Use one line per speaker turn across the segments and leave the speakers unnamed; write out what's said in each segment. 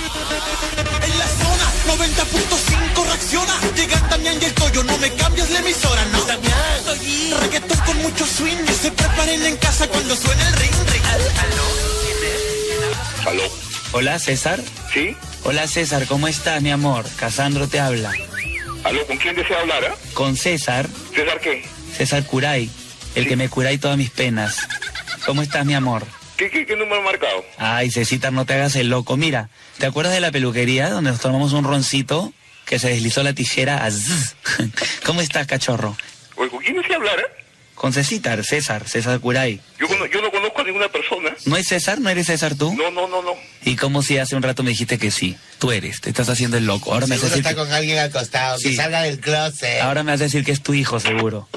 En la zona 90.5 reacciona. Llega Damián y el Toyo, no me cambias la emisora, no. Damián, reggaetón con mucho swing. Que se preparen en casa cuando suene el ring ring.
¿Aló?
Hola César.
¿Sí?
Hola César, ¿cómo estás mi amor? Casandro te habla.
¿Aló? ¿Con quién desea hablar? ah?
Con César,
¿César qué?
César Curay, el que me curáis todas mis penas. ¿Cómo estás mi amor?
¿Qué, qué, qué número ha marcado?
Ay Cecita, no te hagas el loco. Mira, ¿te acuerdas de la peluquería donde nos tomamos un roncito que se deslizó la tijera a zzz? ¿Cómo estás cachorro?
Oye, ¿Con quién desea hablar? ah?
Con Cecita, César, César Curay.
Yo, cono- yo no conozco a ninguna persona.
¿No es César? ¿No eres César tú?
No, no, no, no.
¿Y cómo si hace un rato me dijiste que sí? Tú eres, te estás haciendo el loco. Ahora me haces
Seguro
decir
está
que-
con alguien al costado,
Sí. Ah.
que salga del closet.
Ahora me vas a decir que es tu hijo, seguro.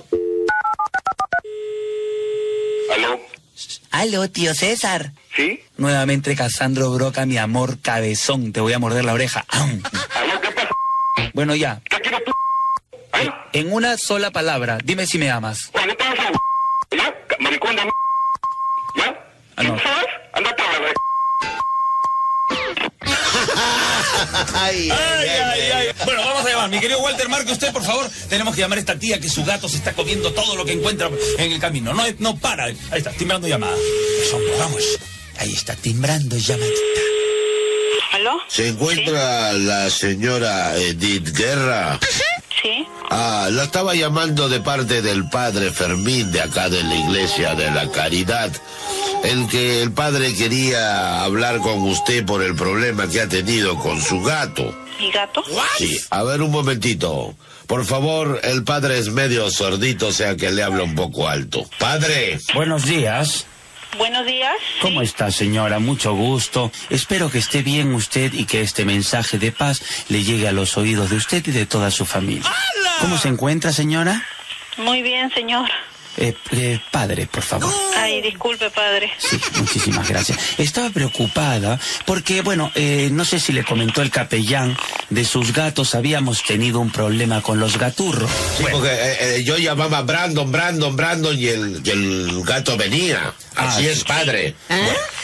¿Aló?
Aló, tío César.
¿Sí?
Nuevamente Casandro Broca, mi amor cabezón. Te voy a morder la oreja. Aún.
¿Aló? ¿Qué pasa?
Bueno, ya.
¿Qué quieres tú? ¿Ah?
En una sola palabra, dime si me amas.
Oye, ¿qué pasa? ¿Ya? Ca- Maricón de m- ¿Ya?
Ah,
¿Sí
no.
sabes? Anda para la...
Ay,
Ay, ay, ay. Bueno, vamos a llamar. Mi querido Walter, marque usted, por favor. Tenemos que llamar a esta tía que su gato se está comiendo todo lo que encuentra en el camino. No, no para. Ahí está, timbrando llamada. Eso, vamos. Ahí está, timbrando llamadita.
¿Aló?
¿Se encuentra la señora Edith Guerra?
Sí.
Ah, la estaba llamando de parte del padre Fermín de acá de la iglesia de la caridad. El que el padre quería hablar con usted por el problema que ha tenido con su gato.
¿Mi gato?
Sí, a ver un momentito. Por favor, el padre es medio sordito, o sea que le habla un poco alto. Padre,
Buenos días.
Buenos días.
¿Cómo está, señora? Mucho gusto. Espero que esté bien usted y que este mensaje de paz le llegue a los oídos de usted y de toda su familia. ¿Cómo se encuentra, señora?
Muy bien, señor.
Eh, eh, padre, por favor.
Ay, disculpe, padre.
Sí, muchísimas gracias. Estaba preocupada porque, bueno, eh, no sé si le comentó el capellán, de sus gatos habíamos tenido un problema con los gaturros.
sí, porque eh, eh, yo llamaba Brandon, Brandon, Brandon y el, y el gato venía.
Ah,
Así
sí.
es, padre.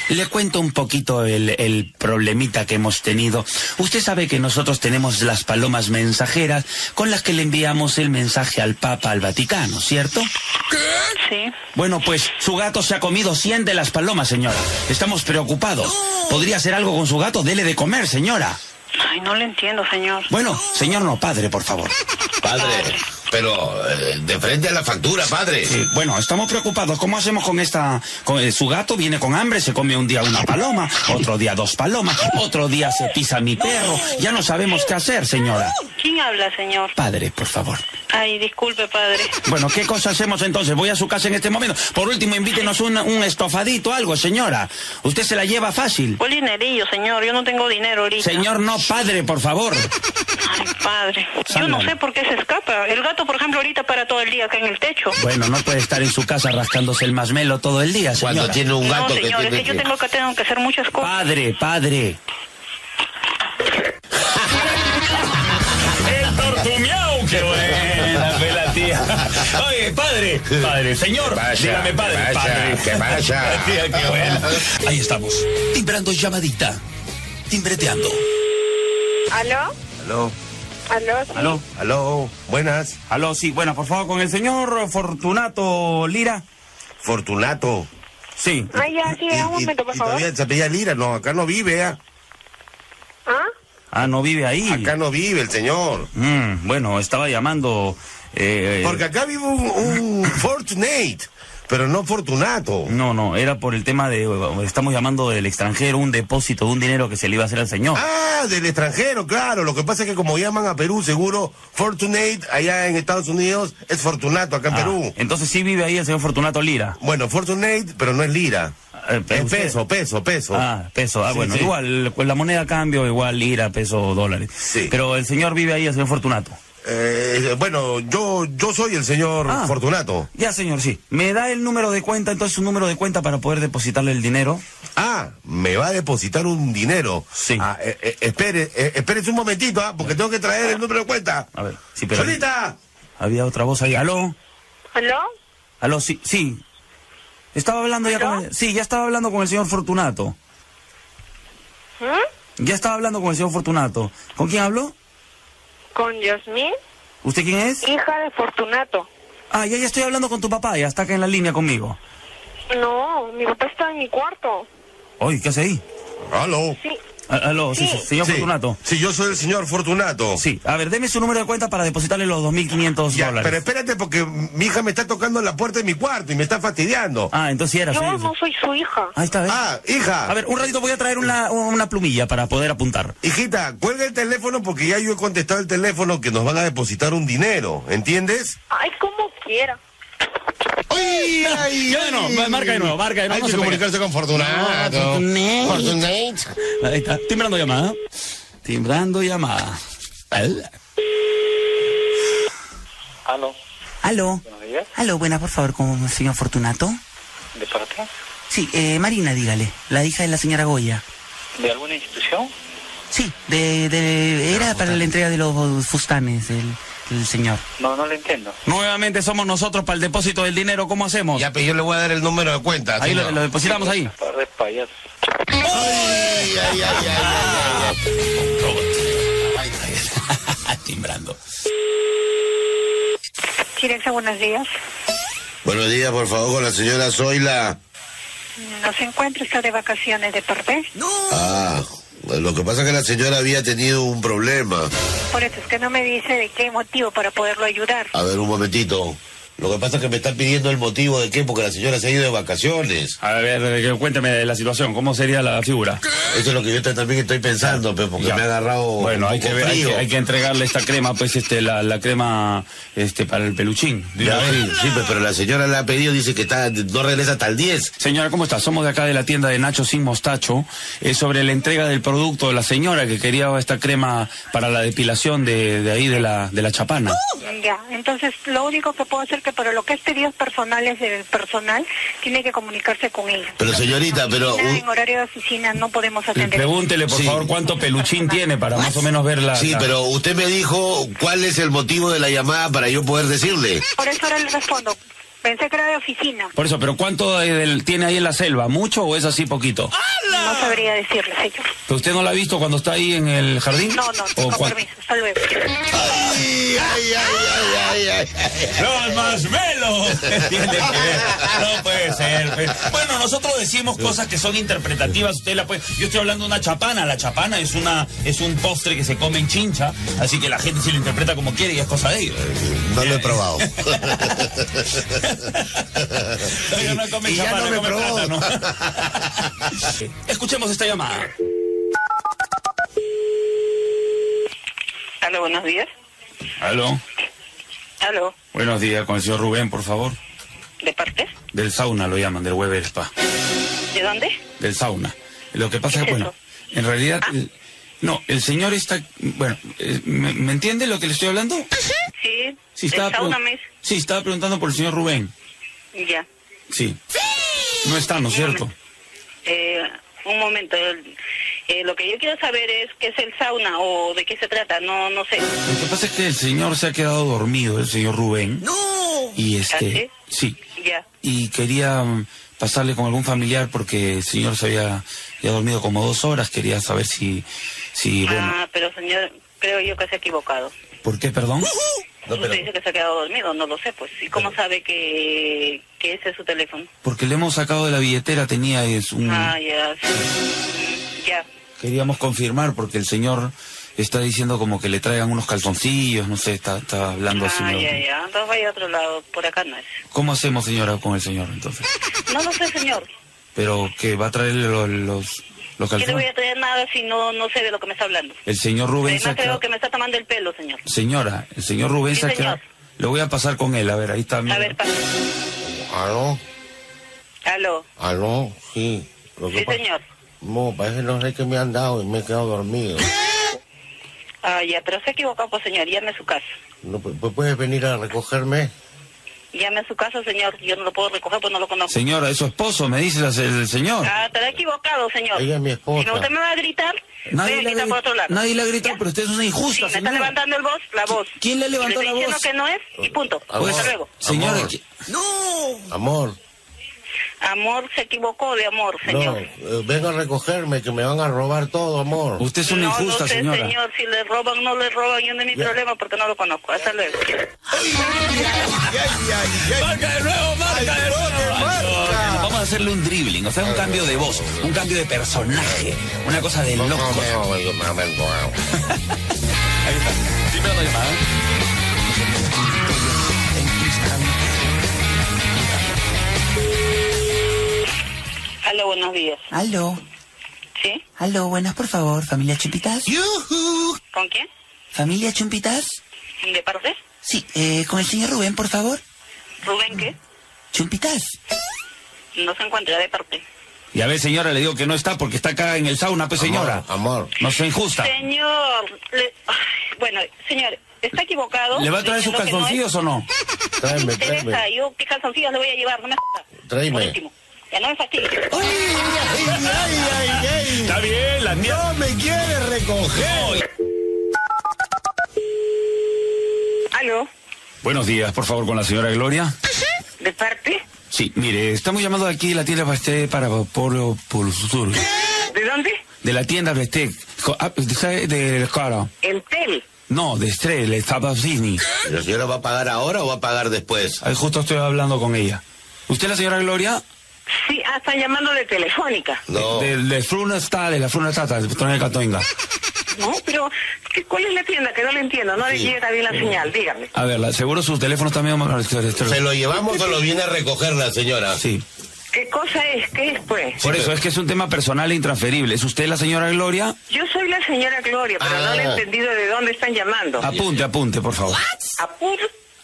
Le cuento un poquito el, el problemita que hemos tenido. Usted sabe que nosotros tenemos las palomas mensajeras con las que le enviamos el mensaje al Papa al Vaticano, ¿cierto?
Sí.
Bueno, pues su gato se ha comido 100 de las palomas, señora. Estamos preocupados. ¿Podría hacer algo con su gato? Dele de comer, señora.
Ay, no le entiendo, señor.
Bueno, señor no, padre, por favor.
Padre, pero eh, de frente a la factura, padre.
Eh, bueno, estamos preocupados. ¿Cómo hacemos con esta? con- eh, su gato viene con hambre, se come un día una paloma, otro día dos palomas, otro día se pisa mi perro. Ya no sabemos qué hacer, señora.
¿Quién habla, señor?
Padre, por favor.
Ay, disculpe, padre.
Bueno, ¿qué cosa hacemos entonces? Voy a su casa en este momento. Por último, invítenos un, un estofadito, algo, señora. Usted se la lleva fácil.
Un dinerillo, señor. Yo no tengo dinero ahorita.
Señor, no, padre, por favor.
Ay, padre. Yo no
Sándalo.
sé por qué se escapa. El gato, por ejemplo, ahorita para todo el día acá en el techo.
Bueno, no puede estar en su casa rascándose el masmelo todo el día,
Cuando
señora.
tiene un
No,
gato
señor,
que
es
tiene
que yo tengo que, tengo que hacer muchas cosas.
Padre, padre.
El tortumiau, qué buena fue la tía. Oye, padre, padre, señor,
Vaya,
dígame padre,
vaya,
padre.
que vaya.
La tía, qué buena. Ahí estamos, timbrando llamadita, timbreteando.
¿Aló?
Aló,
¿Aló? sí.
Aló.
aló, buenas.
Aló, sí, bueno, por favor, con el señor Fortunato Lira.
Fortunato.
Sí.
Ay, ya, sí,
Y-
un
y-
momento, por
y
favor.
todavía se pedía lira, no, acá no vive, ¿ah?
¿Ah?
Ah, no vive ahí.
acá no vive el señor.
Mm, bueno, estaba llamando. eh,
Porque acá vive un, un Fortunate, pero no Fortunato.
No, no, era por el tema de. Estamos llamando del extranjero un depósito de un dinero que se le iba a hacer al señor.
Ah, del extranjero, claro. Lo que pasa es que como llaman a Perú, seguro Fortunate allá en Estados Unidos es Fortunato acá en
Ah,
Perú.
Entonces sí vive ahí el señor Fortunato Lira.
Bueno, Fortunate, pero no es lira.
Eh, pero
Es
usted-
peso, peso, peso.
Ah, peso. Ah,
Sí,
bueno,
sí.
igual, pues la moneda a cambio, igual lira, peso, dólares.
Sí.
Pero el señor vive ahí, el señor Fortunato.
Eh, bueno, yo, yo soy el señor
Ah.
Fortunato.
Ya, señor, sí. ¿Me da el número de cuenta, entonces su número de cuenta para poder depositarle el dinero?
Ah, me va a depositar un dinero.
Sí.
Ah, eh, eh, espere, eh, espérese un momentito, ah, porque tengo que traer el número de cuenta.
A ver, sí, pero-
¡Solita!
Había otra voz ahí. ¿Aló?
¿Aló?
¿Aló? Sí, sí. Estaba hablando ya con
¿Aló?
el... Sí, ya estaba hablando con el señor Fortunato.
¿Mm?
Ya estaba hablando con el señor Fortunato. ¿Con quién habló?
Con Yasmín,
¿Usted quién es?
hija de Fortunato.
Ah, ya, ya estoy hablando con tu papá, ya está acá en la línea conmigo.
No, mi papá está en mi cuarto.
Oye, ¿qué hace ahí?
Aló.
Sí.
A- Aló, sí,
Sí.
sí, señor
Sí.
Fortunato.
Sí, yo soy el señor Fortunato.
Sí, a ver, deme su número de cuenta para depositarle los 2.500
Ya,
dólares.
pero espérate porque mi hija me está tocando la puerta de mi cuarto y me está fastidiando.
Ah, entonces sí era. sí,
Yo
sí.
no soy su hija.
Ahí está, ¿ves?
Ah, hija.
A ver, un ratito voy a traer una, una plumilla para poder apuntar.
Hijita, cuelga el teléfono porque ya yo he contestado el teléfono que nos van a depositar un dinero, ¿entiendes?
Ay, como quiera.
Ay, ay,
Ya de nuevo,
ay.
marca de nuevo, marca de nuevo.
Hay
no
que
se pegue.
comunicarse con Fortunato.
Fortunate.
Fortunate.
Ahí está, timbrando llamada. Timbrando llamada. Al-
Aló,
Aló,
buenos días,
aló, buena, por favor, con el señor Fortunato.
¿de parte?
Sí, eh, Marina, dígale, la hija de la señora Goya.
¿De alguna institución?
Sí, de, de, era para la entrega de los fustanes el, el señor.
No, no lo entiendo.
Nuevamente somos nosotros para el depósito del dinero. ¿Cómo hacemos?
Ya, pero yo le voy a dar el número de cuenta.
ahí lo,
señor.
lo depositamos ahí.
Par de payasos.
Ay, ay, ay, ay, ay, ay,
Timbrando.
Ah.
Directa, buenos días.
ay. Buenos días, por favor, con la señora Zoila.
No se encuentra, está de vacaciones de parte.
Ah, lo que pasa es que la señora había tenido un problema.
Por eso es que no me dice de qué motivo para poderlo ayudar.
A ver, un momentito. Lo que pasa es que me están pidiendo el motivo de qué, porque la señora se ha ido de vacaciones.
A ver, eh, cuénteme de la situación, ¿cómo sería la figura?
Eso es lo que yo t- también estoy pensando, pe, porque
Ya.
me ha agarrado
Bueno,
un
hay
poco
que ver, hay
Oh, frío.
que, hay que entregarle esta crema, pues este, la, la crema este para el peluchín. de una
Ya,
vez.
sí, sí, pe, pero la señora le ha pedido, dice que está, no regresa hasta el 10.
Señora, ¿cómo está? Somos de acá de la tienda de Nacho sin mostacho. Es sobre la entrega del producto de la señora que quería esta crema para la depilación de, de ahí de la, de la chapana.
Uh, Ya, entonces lo único que puedo hacer que para lo que es pedidos personales del personal, tiene que comunicarse con ella.
Pero señorita, pero...
Nada,
un-
En horario de oficina no podemos atender.
Pregúntele, por
Sí.
favor, cuánto peluchín tiene para más o menos ver la...
Sí,
la-
pero usted me dijo cuál es el motivo de la llamada para yo poder decirle.
Por eso ahora le respondo. Pensé que era de oficina.
Por eso, pero ¿cuánto de- del- tiene ahí en la selva? ¿Mucho o es así poquito?
No sabría decirle, señor.
¿Pero ¿Usted no la ha visto cuando está ahí en el jardín?
No, no,
¿O
con
cuan-
permiso. Hasta luego.
Ay, ay, ay, ay, ay, ay.
¡Los marshmallows! Tiene que ver. No puede ser. pues. Bueno, nosotros decimos cosas que son interpretativas. Usted la puede... Yo estoy hablando de una chapana. La chapana es una es un postre que se come en chincha, así que la gente se lo interpreta como quiere y es cosa de ellos.
No lo he probado.
Ellos no comen
Y ya
chapana,
no me
comen plátano.
probó.
Escuchemos esta llamada.
Aló, buenos días.
Aló.
Aló,
Buenos días, con el señor Rubén, por favor.
¿de parte?
Del sauna lo llaman, del web spa.
¿De dónde?
del sauna. Lo que pasa es,
¿Qué es
bueno,
eso?
en realidad, el- no, el señor está, bueno, eh, ¿me, me entiende lo que le estoy hablando?
Sí,
Sí,
de
estaba,
sauna
pregun-
mes.
sí, estaba preguntando por el señor Rubén.
Ya.
Sí. No está, ¿no es cierto?
Eh, un momento. el- eh, lo que yo quiero saber es qué es el sauna o de qué se trata. No, no sé.
Lo que pasa es que el señor se ha quedado dormido, el señor Rubén. ¡No! Y este,
¿Ah,
sí,
Ya.
y quería mm, pasarle con algún familiar porque el señor se había, había dormido como dos horas, quería saber si, si, bueno,
Ah, pero señor, creo yo que se ha equivocado.
¿por qué, perdón?
Usted dice que se ha quedado dormido, no lo sé, pues. ¿Y cómo sabe que, que ese es su teléfono?
Porque le hemos sacado de la billetera, tenía es un...
Ah, ya. sí. Ya.
Queríamos confirmar porque el señor está diciendo como que le traigan unos calzoncillos, no sé, está, está hablando así.
Ah,
medio-
ya, ya. Entonces vaya a otro lado, por acá no es.
¿Cómo hacemos, señora, con el señor entonces?
No lo sé, señor.
Pero que va a traerle los, los, los
Yo le voy
calzones.
a traer nada si no, no sé de lo que me está hablando.
El señor Rubén se ha
Además creo
quedado-
que me está tomando el pelo, señor.
Señora, el señor Rubén
Sí,
se ha
señor.
quedado- Lo voy a pasar con él, a ver, ahí está. mira.
A ver, pasa.
Aló,
Aló.
aló, sí. Lo
Pues,
que
Sí,
pa-
señor.
No, parece los reyes que me han dado y me he quedado dormido.
Ah, ya, pero se ha equivocado, pues, señor. Llame a su casa.
No, pu- pu- ¿Puedes venir a recogerme?
Llame a su casa, señor. Yo no lo puedo recoger, pues no lo conozco.
Señora, es su esposo, me dice la- el señor.
Ah, estará equivocado, señor.
Ella es mi esposa.
Si no, usted me va a gritar, voy a
Nadie, le
quitar
ha,
por otro lado.
gri- nadie le ha gritado,
¿Ya?
pero usted es una
Sí,
injusta,
me está
señora.
levantando el voz, la voz.
quién le
Y
levantó
estoy
la
diciendo
voz?
Ah,
que no es y punto.
Pues-
Hasta luego.
Señora,
Amor.
que-
Amor,
Amor se equivocó de amor,
No,
señor.
eh, venga a recogerme, que me van a robar todo, amor.
Usted es
no, no sé, señor, si le roban no le roban, yo no es mi problema porque no lo conozco. Hasta luego.
Marca de nuevo, marca de nuevo.
Vamos a hacerle un dribbling, o sea, un cambio de voz, un cambio de personaje, una cosa de loco.
Ahí está. Dime la llamada.
Aló, buenos días.
Aló.
¿Sí?
Aló, buenas, por favor. ¿Familia Chumpitas?
¿Con quién?
¿Familia Chumpitas?
¿De parte?
Sí, eh, con el señor Rubén, por favor.
¿Rubén qué?
¿Chumpitas?
No se encuentra de parte.
Y a ver, señora, le digo que no está porque está acá en el sauna, pues señora.
Amor.
No sea injusta.
Señor, le- ay, bueno, señor, está equivocado.
¿Le va a traer sus
diciendo que no es-
calzoncillos o no?
Tráeme,
Teresa, yo qué calzoncillos le voy a llevar, no me jodas. Por
tráeme.
último, ya no me fastidies.
Está bien, la tía.
No me quiere recoger.
Aló,
Buenos días, por favor, con la señora Gloria.
¿de parte?
Sí, mire, estamos llamando de aquí de la tienda Bastec para por, por sur.
¿De dónde?
De la tienda Bastec. Co- ah, ¿sabe? De cara.
El TEL.
No, de Estrella, estaba Disney.
¿La señora va a pagar ahora o va a pagar después?
Ahí justo estoy hablando con ella. ¿Usted es la señora Gloria?
Sí, ah, están llamando de Telefónica.
No.
De, de Fruna está, de la Fruna Tata, de Tonel Catoinga.
No, pero ¿qué- ¿cuál es la tienda? Que no la entiendo, no le llega bien la señal, dígame.
A ver, la- seguro sus teléfonos también van a
¿Se lo llevamos o lo viene a recoger la señora?
Sí.
¿Qué cosa es? ¿Qué es, pues?
Por eso es que es un tema personal e intransferible. ¿Es usted la señora Gloria?
Yo soy la señora Gloria, pero no le he
Ah.
entendido de dónde están llamando.
Apunte, apunte, por favor.
Apur,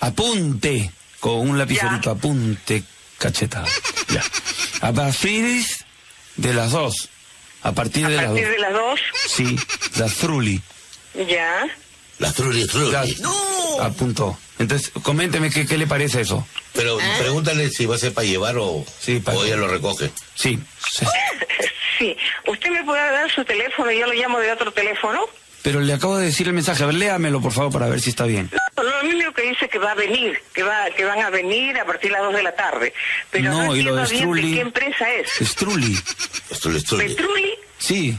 Apunte. Con un lapicerito, apunte, cacheta. Ya. A partir de las dos. A partir
a
de las dos.
partir de las dos,
Sí, la Fruli.
ya.
La Trulli
La...
Trulli.
Apuntó. Entonces, coménteme qué, qué le parece eso.
Pero pregúntale si va a ser para llevar o,
Sí, para
o ella lo recoge.
Sí. sí.
Sí, ¿usted me puede dar su teléfono y yo lo llamo de otro teléfono?
Pero le acabo de decir el mensaje. A ver, léamelo, por favor, para ver si está bien.
No, lo único que dice que va a venir, que va, que van a venir a partir de las 2 de la tarde. Pero no,
No, y lo de
entiendo bien de
Strulli.
qué empresa es.
Strulli.
Strulli Strulli.
¿Petrulli?
Sí.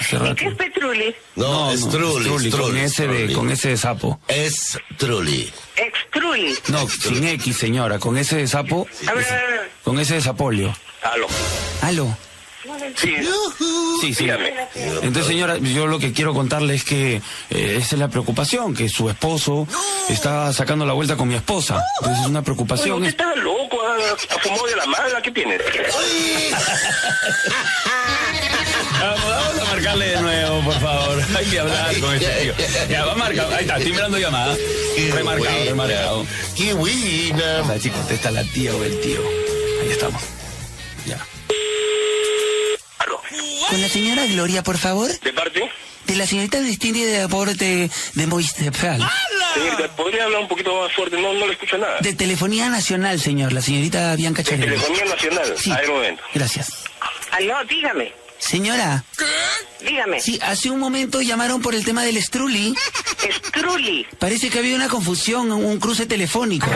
Hace
¿Y
rato.
qué es Petrulli?
No, es Trulli.
Strulli, con,
Strulli,
ese de,
Strulli.
con ese de sapo.
Es Trulli.
Extrulli.
No, sin X, señora. Con ese de sapo.
A ver, a ver, a ver.
Con ese de sapolio.
Aló.
Aló.
Sí,
Sí, sí.
dígame.
Entonces, señora, yo lo que quiero contarle es que eh, esa es la preocupación, que su esposo está sacando la vuelta con mi esposa. Entonces es una
Bueno,
preocupación.
usted
es-
está loco,
ah?
ha fumado de la mala, ¿qué tienes?
Vamos, vamos a marcarle de nuevo, por favor. Hay que hablar con este tío. Ya, va a marcar. Ahí está, timbrando llamada. Remarcado,
buena.
remarcado.
¡Qué buena!
A ver si contesta la tía o el tío. Ahí estamos. Ya.
Aló.
Con la señora Gloria, por favor.
¿De parte?
De la señorita Distingue de Aporte de Moistefal.
Ah.
Señorita, ¿podría hablar un poquito más fuerte? No, no le escucho nada.
De Telefonía Nacional, señor. La señorita Bianca Charelo.
Telefonía Nacional.
Sí.
A ver, un momento.
Gracias.
Aló, dígame,
Señora,
dígame.
sí, hace un momento llamaron por el tema del Strulli.
Strulli.
Parece que había una confusión, un cruce telefónico.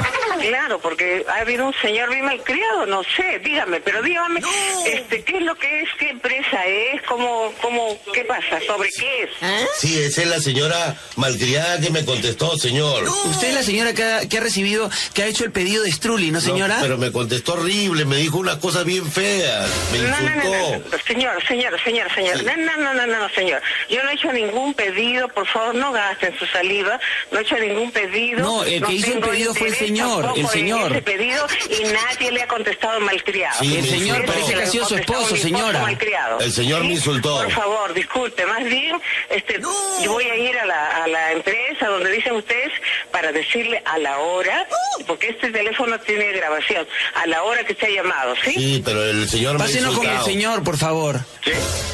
Claro, porque ha habido un señor bien malcriado, no sé, dígame, pero dígame, este, ¿qué es lo que es? ¿Qué empresa es? ¿Cómo, cómo, qué pasa? ¿Sobre qué es?
Sí, esa es la señora malcriada que me contestó, señor.
Usted es la señora que ha, que ha recibido, que ha hecho el pedido de Strulli, ¿no,
No,
señora?
pero me contestó horrible, me dijo unas cosas bien feas, me
No, no, no,
insultó.
no, no, señor, señor, señor, señor, no, no, no, no, no, no, señor, yo no he hecho ningún pedido, por favor no gasten su saliva, no he hecho ningún pedido.
No, el que hizo el
tengo
pedido fue el
interés
señor,
tampoco
el
en
señor.
ese pedido y nadie le ha contestado malcriado.
Sí,
El
me
señor
insultó.
parece que ha sido su esposo, señora.
El señor me insultó.
Por favor, disculpe, más bien, este, yo voy a ir a la, a la empresa donde dicen ustedes para decirle a la hora, porque este teléfono tiene grabación, a la hora que se ha llamado, ¿sí?
Sí, pero el señor me
Pásenos con
insultó.
el señor, por favor.
Sí.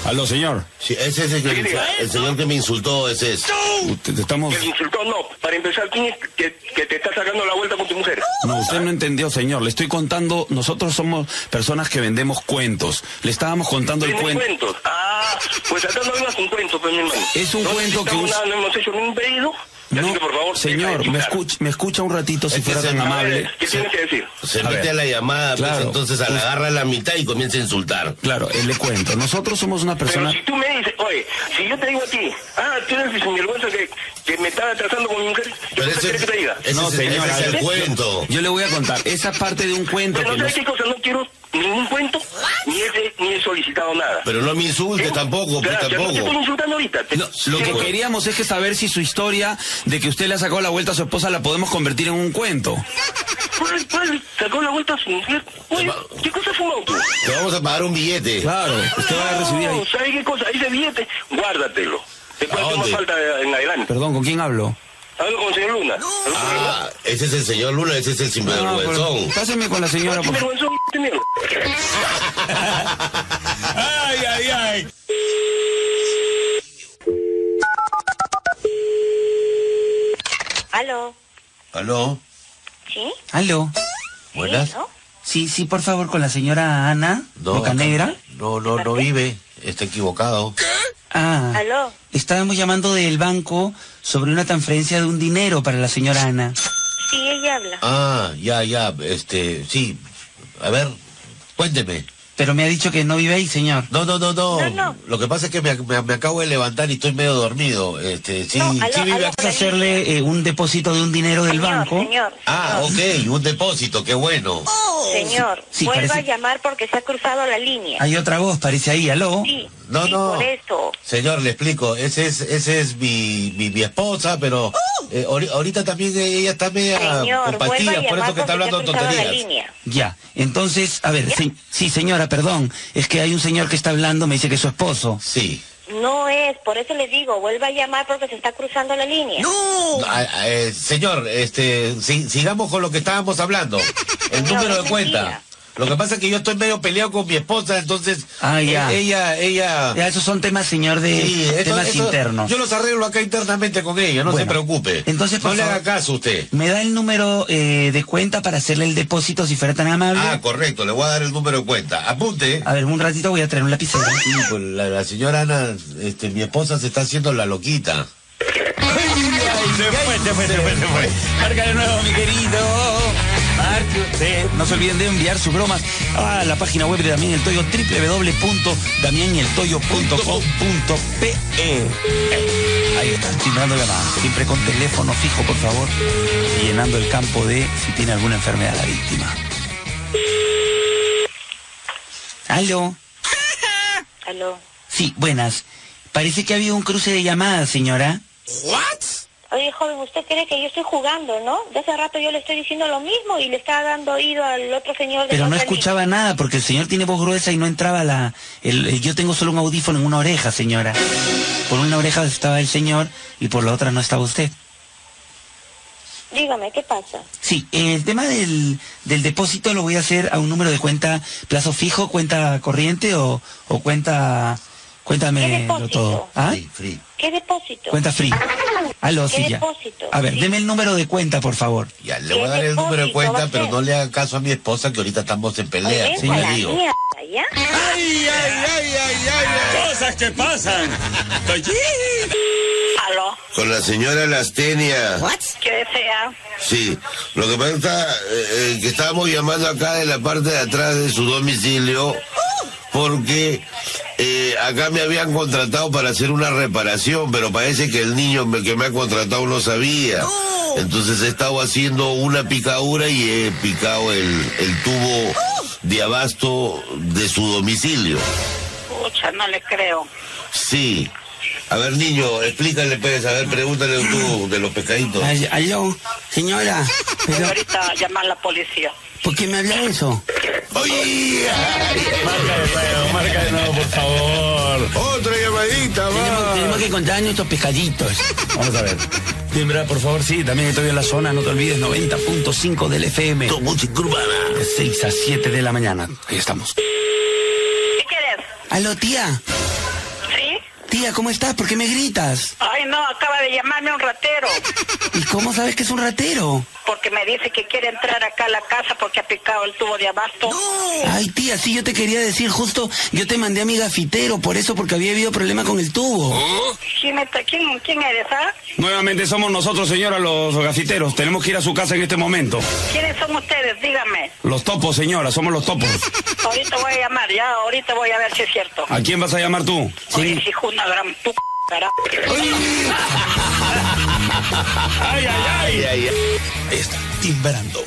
Aló, señor.
Sí, ese es el, que- el señor que me insultó, ese es.
Usted- Estamos...
Que le insultó, no. Para empezar, ¿quién es que, que te está sacando la vuelta con tu mujer?
No, usted no entendió, señor. Le estoy contando, nosotros somos personas que vendemos cuentos. Le estábamos contando el
¿Tienes
cuento.
cuentos? Ah, pues acá no vengas con cuentos, pues, mi hermano.
Es un
No
cuento que
necesitamos
us-
nada, No hemos hecho ningún pedido.
No, señor, me escucha, me escucha un ratito si
Es que
fuera
se-
tan
a ver,
amable.
¿qué tiene que decir? Se mete a la llamada, pues, entonces a la- agarra la mitad y comienza a insultar.
Claro, eh, le cuento. Nosotros somos una persona...
Si tú me dices, oye, si yo te digo a ti, ah, tú eres el sinvergüenza que, que me estaba tratando con mi mujer, ¿yo qué quieres que te diga?
no, señora,
ese es el
yo-
cuento.
Yo le voy a contar. Esa parte de un cuento
Pero
que
no
nos-
sabes qué cosa, no quiero ningún cuento, ni he, ni he solicitado nada.
Pero no me insultes tampoco, pues,
Gracias, no te
tampoco.
estoy insultando ahorita. te-
No, lo
te-
que queríamos es que saber si su historia de que usted le ha sacado la vuelta a su esposa la podemos convertir en un cuento.
¿Cuál, cuál sacó la vuelta a su mujer? Oye, ¿qué cosa has fumado tú?
Te vamos a pagar un billete.
Claro, usted va a recibir ahí.
No, ¿sabes qué cosa? Ese billete, guárdatelo. Después
¿A
hacemos
dónde?
falta de- en adelante.
Perdón, ¿con quién hablo?
Hablo con el señor Luna.
Ah, ese es el señor Luna, ese es el sinvergüenzón.
Páseme con la señora, por favor.
Sinvergüenzón, este mierda.
Ay, ay, ay.
¿Aló?
¿Aló?
¿Sí?
¿Aló?
Sí,
¿Buenas?
¿no?
Sí, sí, por favor, con la señora Ana
No,
Bocanegra.
No, no, no vive. Está equivocado.
Ah,
¿Aló?
estábamos llamando del banco sobre una transferencia de un dinero para la señora Ana.
Sí, ella habla.
Ah, ya, ya, este, sí. A ver, cuénteme.
Pero me ha dicho que no vive ahí, señor.
No, no, no, no.
No, no.
Lo que pasa es que me, me- me acabo de levantar y estoy medio dormido. Este, sí,
No, aló,
sí vive
aló,
acá.
Vamos a hacerle eh, un depósito de un dinero del
señor,
banco.
señor,
Ah, ok, un depósito, qué bueno.
señor,
Oh, Sí,
vuelva
parece-
a llamar porque se ha cruzado la línea.
Hay otra voz, parece ahí, aló.
Sí,
No,
sí,
no.
por eso.
Señor, le explico, ese es, ese es mi, mi, mi esposa, pero eh, ahori- ahorita también ella está media
Uh. Señor,
con
vuelva a
pastillas, por
llamar
eso que
porque
está hablando
se ha cruzado la
tonterías.
línea.
Ya, entonces, a ver, se- sí, señora, perdón, es que hay un señor que está hablando, me dice que es su esposo.
Sí.
No es, por eso le digo, vuelva a llamar porque se está cruzando la línea.
Ah, ah, eh, señor, este, si- sigamos con lo que estábamos hablando. El
Señor,
número de
es
cuenta.
mentira.
Lo que pasa es que yo estoy medio peleado con mi esposa, entonces
Ah, ya.
eh, ella, ella,
Ya, esos son temas, señor, de
Sí, eso-
temas
eso-
internos.
Yo los arreglo acá internamente con ella, no
Bueno,
se preocupe.
entonces, por
no le
favor-
haga caso usted.
¿Me da el número eh, de cuenta para hacerle el depósito si fuera tan amable?
Ah, correcto, le voy a dar el número de cuenta. Apunte.
A ver, un ratito voy a traer un lapicero.
Ah, Sí, pues, la, la señora Ana, este, mi esposa se está haciendo la loquita.
Se fue, se fue, se fue, se fue. Marca de nuevo, mi querido. Marque usted.
No se olviden de enviar sus bromas a la página web de Damián El Toyo, www.damianeltoyo.com.pe. Ahí está, timbrando llamada. Siempre con teléfono fijo, por favor, y llenando el campo de si tiene alguna enfermedad la víctima.
Aló.
Aló.
Sí, buenas. Parece que ha habido un cruce de llamadas, señora.
Oye, joven, usted cree que yo estoy jugando, ¿no? De hace rato yo le estoy diciendo lo mismo y le está dando oído al otro señor de
Pero
la
no
otra
escuchaba nada porque el señor tiene voz gruesa y no entraba la... el- el- yo tengo solo un audífono en una oreja, señora. Por una oreja estaba el señor y por la otra no estaba usted.
línea. Dígame, ¿qué pasa?
Sí, el tema del, del depósito lo voy a hacer a un número de cuenta plazo fijo, cuenta corriente o, o cuenta...
¿Qué
Cuéntame
depósito?
todo. ¿Ah?
Free, free.
¿Qué depósito?
Cuenta free. Aló,
¿Qué
sí, ya.
depósito?
A ver,
Sí.
deme el número de cuenta, por favor.
Ya, le voy a dar el
¿Qué
número de
depósito va
cuenta,
a
pero
ser?
no le haga caso a mi esposa que ahorita estamos en pelea.
Oye,
como
vete a
le
la
digo.
mierda, ¿ya?
Ay, ay, ay, ay, ay. Cosas que pasan. Toyín.
Aló.
Con la señora Lastenia.
¿Qué desea?
Sí, lo que pasa eh, eh, que estábamos llamando acá de la parte de atrás de su domicilio porque eh, acá me habían contratado para hacer una reparación, pero parece que el niño me- que me ha contratado no sabía. Entonces he estado haciendo una picadura y he picado el, el tubo de abasto de su domicilio.
Pucha, no le creo.
Sí. A ver, niño, explícale, pues, a ver, pregúntale tú de los pescaditos.
Ay, Aló, señora. Pero,
Ahorita llamar a la policía.
¿Por qué me habla eso?
¡Oye!
Marca de nuevo, marca de nuevo, por favor.
¡Otra llamadita,
Tenemos, tenemos que contar nuestros pescaditos.
Ah. Vamos a ver. Timbra, por favor, sí, también estoy en la zona, no te olvides, 90.5 del FM.
Tu música urbana.
De 6 a 7 de la mañana. Ahí estamos.
¿Qué quieres?
Aló, tía.
¿Sí?
Tía, ¿cómo estás? ¿Por qué me gritas?
Ay, no, acaba de llamarme un ratero.
¿Y cómo sabes que es un ratero?
Porque me dice que quiere entrar acá a la casa porque ha picado el tubo de abasto.
Ay, tía, sí, yo te quería decir, justo yo te mandé a mi gafitero, por eso, porque había habido problema con el tubo.
¿Quién, me tra- quién, quién eres, ah?
Nuevamente somos nosotros, señora, los gafiteros. Tenemos que ir a su casa en este momento.
¿Quiénes son ustedes? Dígame.
Los topos, señora, somos los topos.
Ahorita voy a llamar, ya, ahorita voy a ver si es cierto.
¿A quién vas a llamar tú?
Oye, hijo, una gran puta, carajo.
ay, ay, ay. Ahí está, timbrando.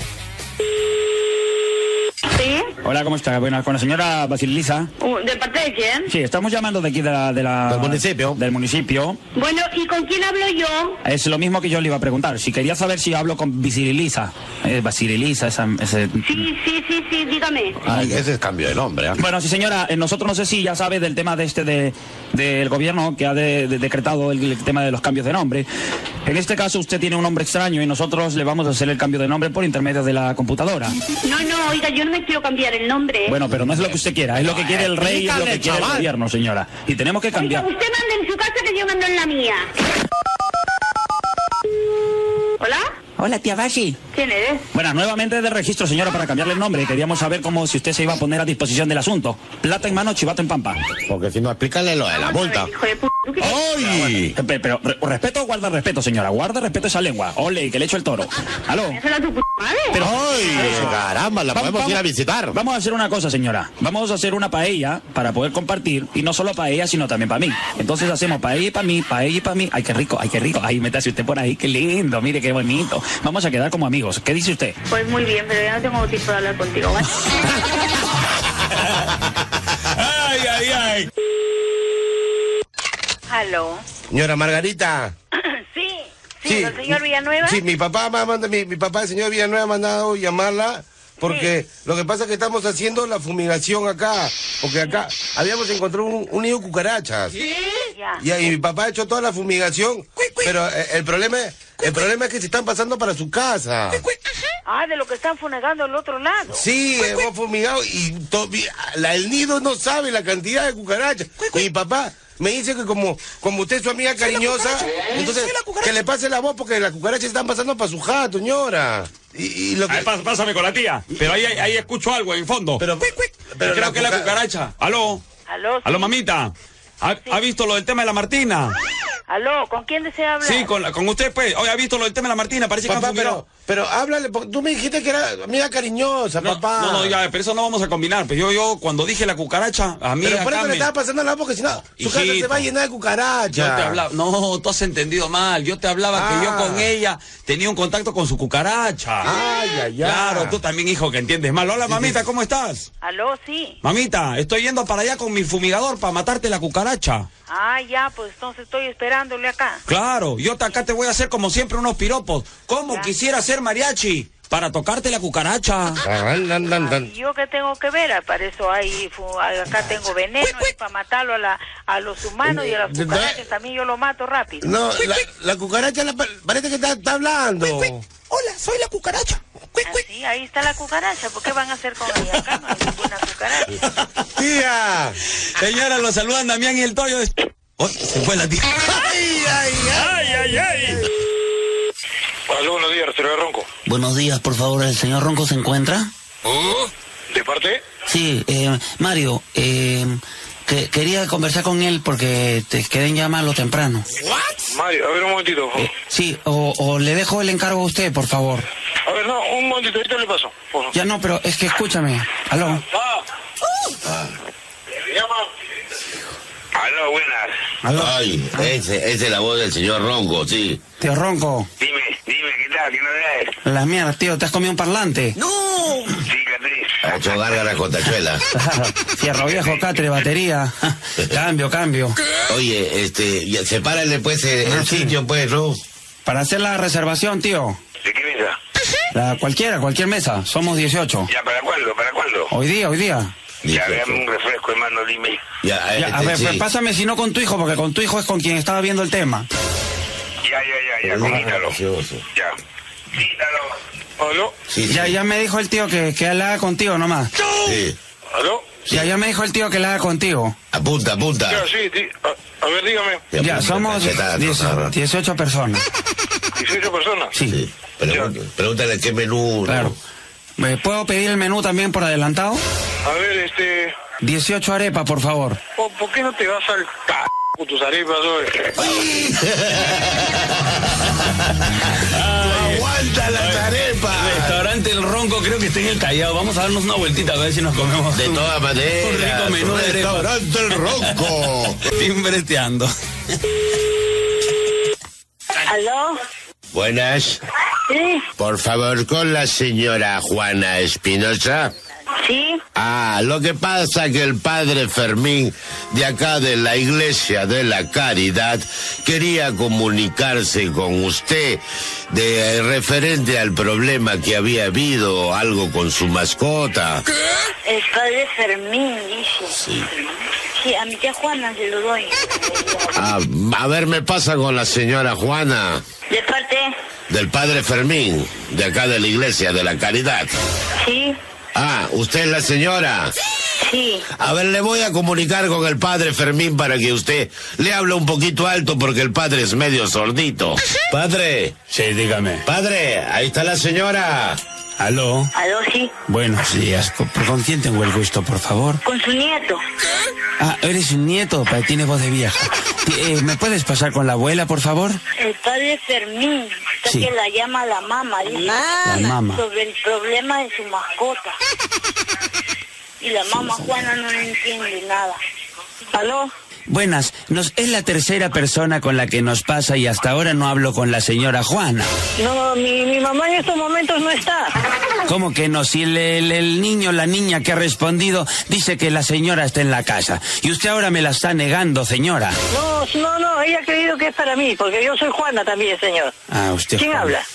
¿Sí?
Hola, ¿cómo está? Bueno, con la señora Basilisa.
Uh, ¿De parte de quién?
Sí, estamos llamando de aquí de la, de la- del municipio.
Bueno, ¿y con quién hablo yo?
Es lo mismo que yo le iba a preguntar. Si quería saber si hablo con Basilisa. Eh, Basilisa, esa, ese...
Sí, sí, sí, sí, dígame.
ese es cambio de nombre. Bueno, sí, señora, eh, nosotros no sé si ya sabe del tema de este de, del gobierno que ha de- de- decretado el, el tema de los cambios de nombre. En este caso, usted tiene un nombre extraño y nosotros le vamos a hacer el cambio de nombre por intermedio de la computadora.
No, no, oiga, yo no me quiero cambiar el nombre. ¿eh?
Bueno, pero no es lo que usted quiera, es lo que quiere el rey y es lo que quiere el gobierno, señora. Y tenemos que cambiar.
Usted manda en su casa que yo mando en la mía. ¿Hola?
Hola, tía Bashi.
¿Quién eres?
Bueno, nuevamente de registro, señora, para cambiarle el nombre. Queríamos saber cómo si usted se iba a poner a disposición del asunto. Plata en mano, chivato en pampa. Porque si no, explícale lo de la multa. ¡Ay! Eh, Pero, re- respeto o guarda respeto, señora. Guarda respeto esa lengua. Ole, que le echo el toro. ¿Aló? Pero,
caramba, la podemos ir a
visitar. Vamos a hacer una cosa, señora. Vamos a hacer una paella para poder compartir. Y no solo paella, sino también para mí. Entonces hacemos paella y para mí, paella y para mí. Ay, qué rico, ay, qué rico. Ay, métase usted por ahí, qué lindo, mire qué bonito. Vamos a quedar como amigos. ¿Qué dice usted?
Pues muy bien, pero ya no tengo tiempo de hablar contigo, ¿vale?
Ay, ay, ay.
Aló.
Señora Margarita.
sí, sí, el señor Villanueva.
Sí, mi papá, me ha mandado- mi, mi papá, el señor Villanueva, me ha mandado llamarla porque lo que pasa es que estamos haciendo la fumigación acá, porque acá habíamos encontrado un, un nido de cucarachas.
Ya.
Y ahí mi papá ha hecho toda la fumigación, pero eh, el problema, es- el problema es que se están pasando para su casa.
Ah, de lo que están funegando al otro lado.
Sí, hemos fumigado y to- vi- la, el nido no sabe la cantidad de cucarachas. Y mi papá me dice que como, como usted es su amiga cariñosa, entonces que le pase la voz porque las cucarachas están pasando para su jato, señora. Y, y lo que...
pásame con la tía. Pero ahí, ahí escucho algo en el fondo. Pero,
pero
creo
la
que es la
cuca-
cucaracha. Aló.
Aló,
Aló, mamita. ¿Ha, ha visto lo del tema de la Martina?
aló, ¿con quién desea hablar?
Sí, con, la- con usted, pues. Hoy ha visto lo del tema de la Martina. Parece que
Papá,
han fumigado.
pero, pero háblale, porque tú me dijiste que era amiga cariñosa, papá.
No, no, ya, pero eso no vamos a combinar. Pero yo, yo, cuando dije la cucaracha, a mí
Pero por
acá
eso le
me-
estaba pasando la voz porque si no, su casa se
Hijito.
va a llenar de cucarachas.
Yo te hablaba, no, tú has entendido mal. Yo te hablaba que
Ah.
yo con ella tenía un contacto con su cucaracha.
Ay, ay, ay.
Claro, tú también, hijo, que entiendes mal. Hola, mamita, ¿cómo estás?
Aló, sí.
Mamita, estoy yendo para allá con mi fumigador para matarte la cucaracha.
Ah, ya, pues entonces estoy esperándole acá.
Claro, yo te- acá te voy a hacer como siempre unos piropos. Como quisiera ser mariachi para tocarte la
Ah,
cucaracha.
¿Y yo qué tengo que ver? Ah, Para eso hay, fu- ah, acá tengo veneno y para matarlo a, la, a los humanos y a las
De- de-
cucarachas también yo lo mato rápido.
No, la, la cucaracha la pa- parece que está, está hablando.
Hola, soy la cucaracha. Ah, Sí, ahí está la cucaracha. ¿Por qué van a hacer con ella? Acá no hay ninguna cucaracha.
¡Tía!
Señora, lo saludan Damián y el Toyo. Uy, se fue la tía.
¡Ay, ay,
ay! ¡Ay, ay, ay!
Aló, buenos días, Arturo Ronco.
Buenos días, por favor, ¿el señor Ronco se encuentra?
¿De parte?
Sí, eh, Mario, eh, que- quería conversar con él porque te quieren llamarlo temprano. Eh,
Mario, a ver un momentito. por favor.
Eh.
Sí, o, o le dejo el encargo a usted, por favor.
A ver, no, un momentito, ahorita le paso. por favor.
Ya no, pero es que escúchame. Aló.
Ah.
Ah.
Llama. Aló, buenas.
Ay, ese- esa es la voz del señor Ronco, sí.
Tío Ronco,
Dime, dime, ¿qué tal? ¿Qué novedades?
la mierda, tío, ¿te has comido un parlante?
¡No! Cicatriz.
Ha hecho gárgaras con tachuela.
Fierro viejo, catre, batería. cambio, cambio.
Oye, este, ya, sepárale pues el,
Ah,
el sitio, pues, ¿no?
Para hacer la reservación, tío.
¿De qué mesa?
La, cualquiera, cualquier mesa. Somos 18.
¿Ya para cuándo? ¿Para cuándo?
Hoy día, hoy día.
Ya, dame un refresco, hermano, dime.
Ya,
eh,
Ya, a ver, pues, pásame si no con tu hijo, porque con tu hijo es con quien estaba viendo el tema.
Ya, ya, ya, ya, con Ítalo. Ya. Ítalo. ¿Aló?
Ya, ya me dijo el tío que, que la haga contigo nomás.
Sí.
¿Aló?
Ya, ya me dijo el tío que la haga contigo.
Apunta,
Ah.
apunta.
Ya, sí, di- a, a ver, dígame.
Ya, pues, somos 18, 18 personas.
18 personas.
Sí.
Pregun- Pregúntale qué menú.
Claro. ¿Me puedo pedir el menú también por adelantado?
A ver, este...
18 arepas, por favor.
po- ¿Por qué no te vas al c... con tus arepas, hoy.
¡Aguanta las arepas!
Restaurante El Ronco, creo que está en el Callao. Vamos a darnos una vueltita a ver si nos comemos.
De todas maneras.
Un rico menú de arepas.
Restaurante El Ronco.
Timbreteando.
¿Aló?
Buenas.
Sí,
Por favor, con la señora Juana Espinosa.
sí.
Ah, lo que pasa que el padre Fermín de acá de la Iglesia de la Caridad quería comunicarse con usted de eh, referente al problema que había habido algo con su mascota.
El padre Fermín dice. Sí. a mi tía Juana se lo doy.
Ah, a ver, me pasa con la señora Juana
De parte,
del padre Fermín de acá de la Iglesia de la Caridad.
sí,
Ah, usted es la señora.
sí.
A ver, le voy a comunicar con el padre Fermín para que usted le hable un poquito alto porque el padre es medio sordito. Padre.
Sí, dígame.
Padre, ahí está la señora.
Aló.
Aló, sí.
Buenos días. Co- ¿Con quién tengo el gusto, por favor?
Con su nieto.
Ah, eres un nieto, pa- tienes voz de vieja. Ti- eh, ¿Me puedes pasar con la abuela, por favor?
El padre Fermín. Está
Sí.
que la llama la mamá. dice,
La mamá.
Sobre el problema de su mascota. Y la mamá Juana no le entiende nada. ¿Aló?
Buenas, nos, es la tercera persona con la que nos pasa y hasta ahora no hablo con la señora Juana.
No, mi, mi mamá en estos momentos no está.
¿Cómo que no? Si el, el- el niño, la niña que ha respondido, dice que la señora está en la casa. Y usted ahora me la está negando, señora.
No, no, no, ella ha creído que es para mí, porque yo soy Juana también, señor.
Ah, usted.
¿Quién
Juana.
habla?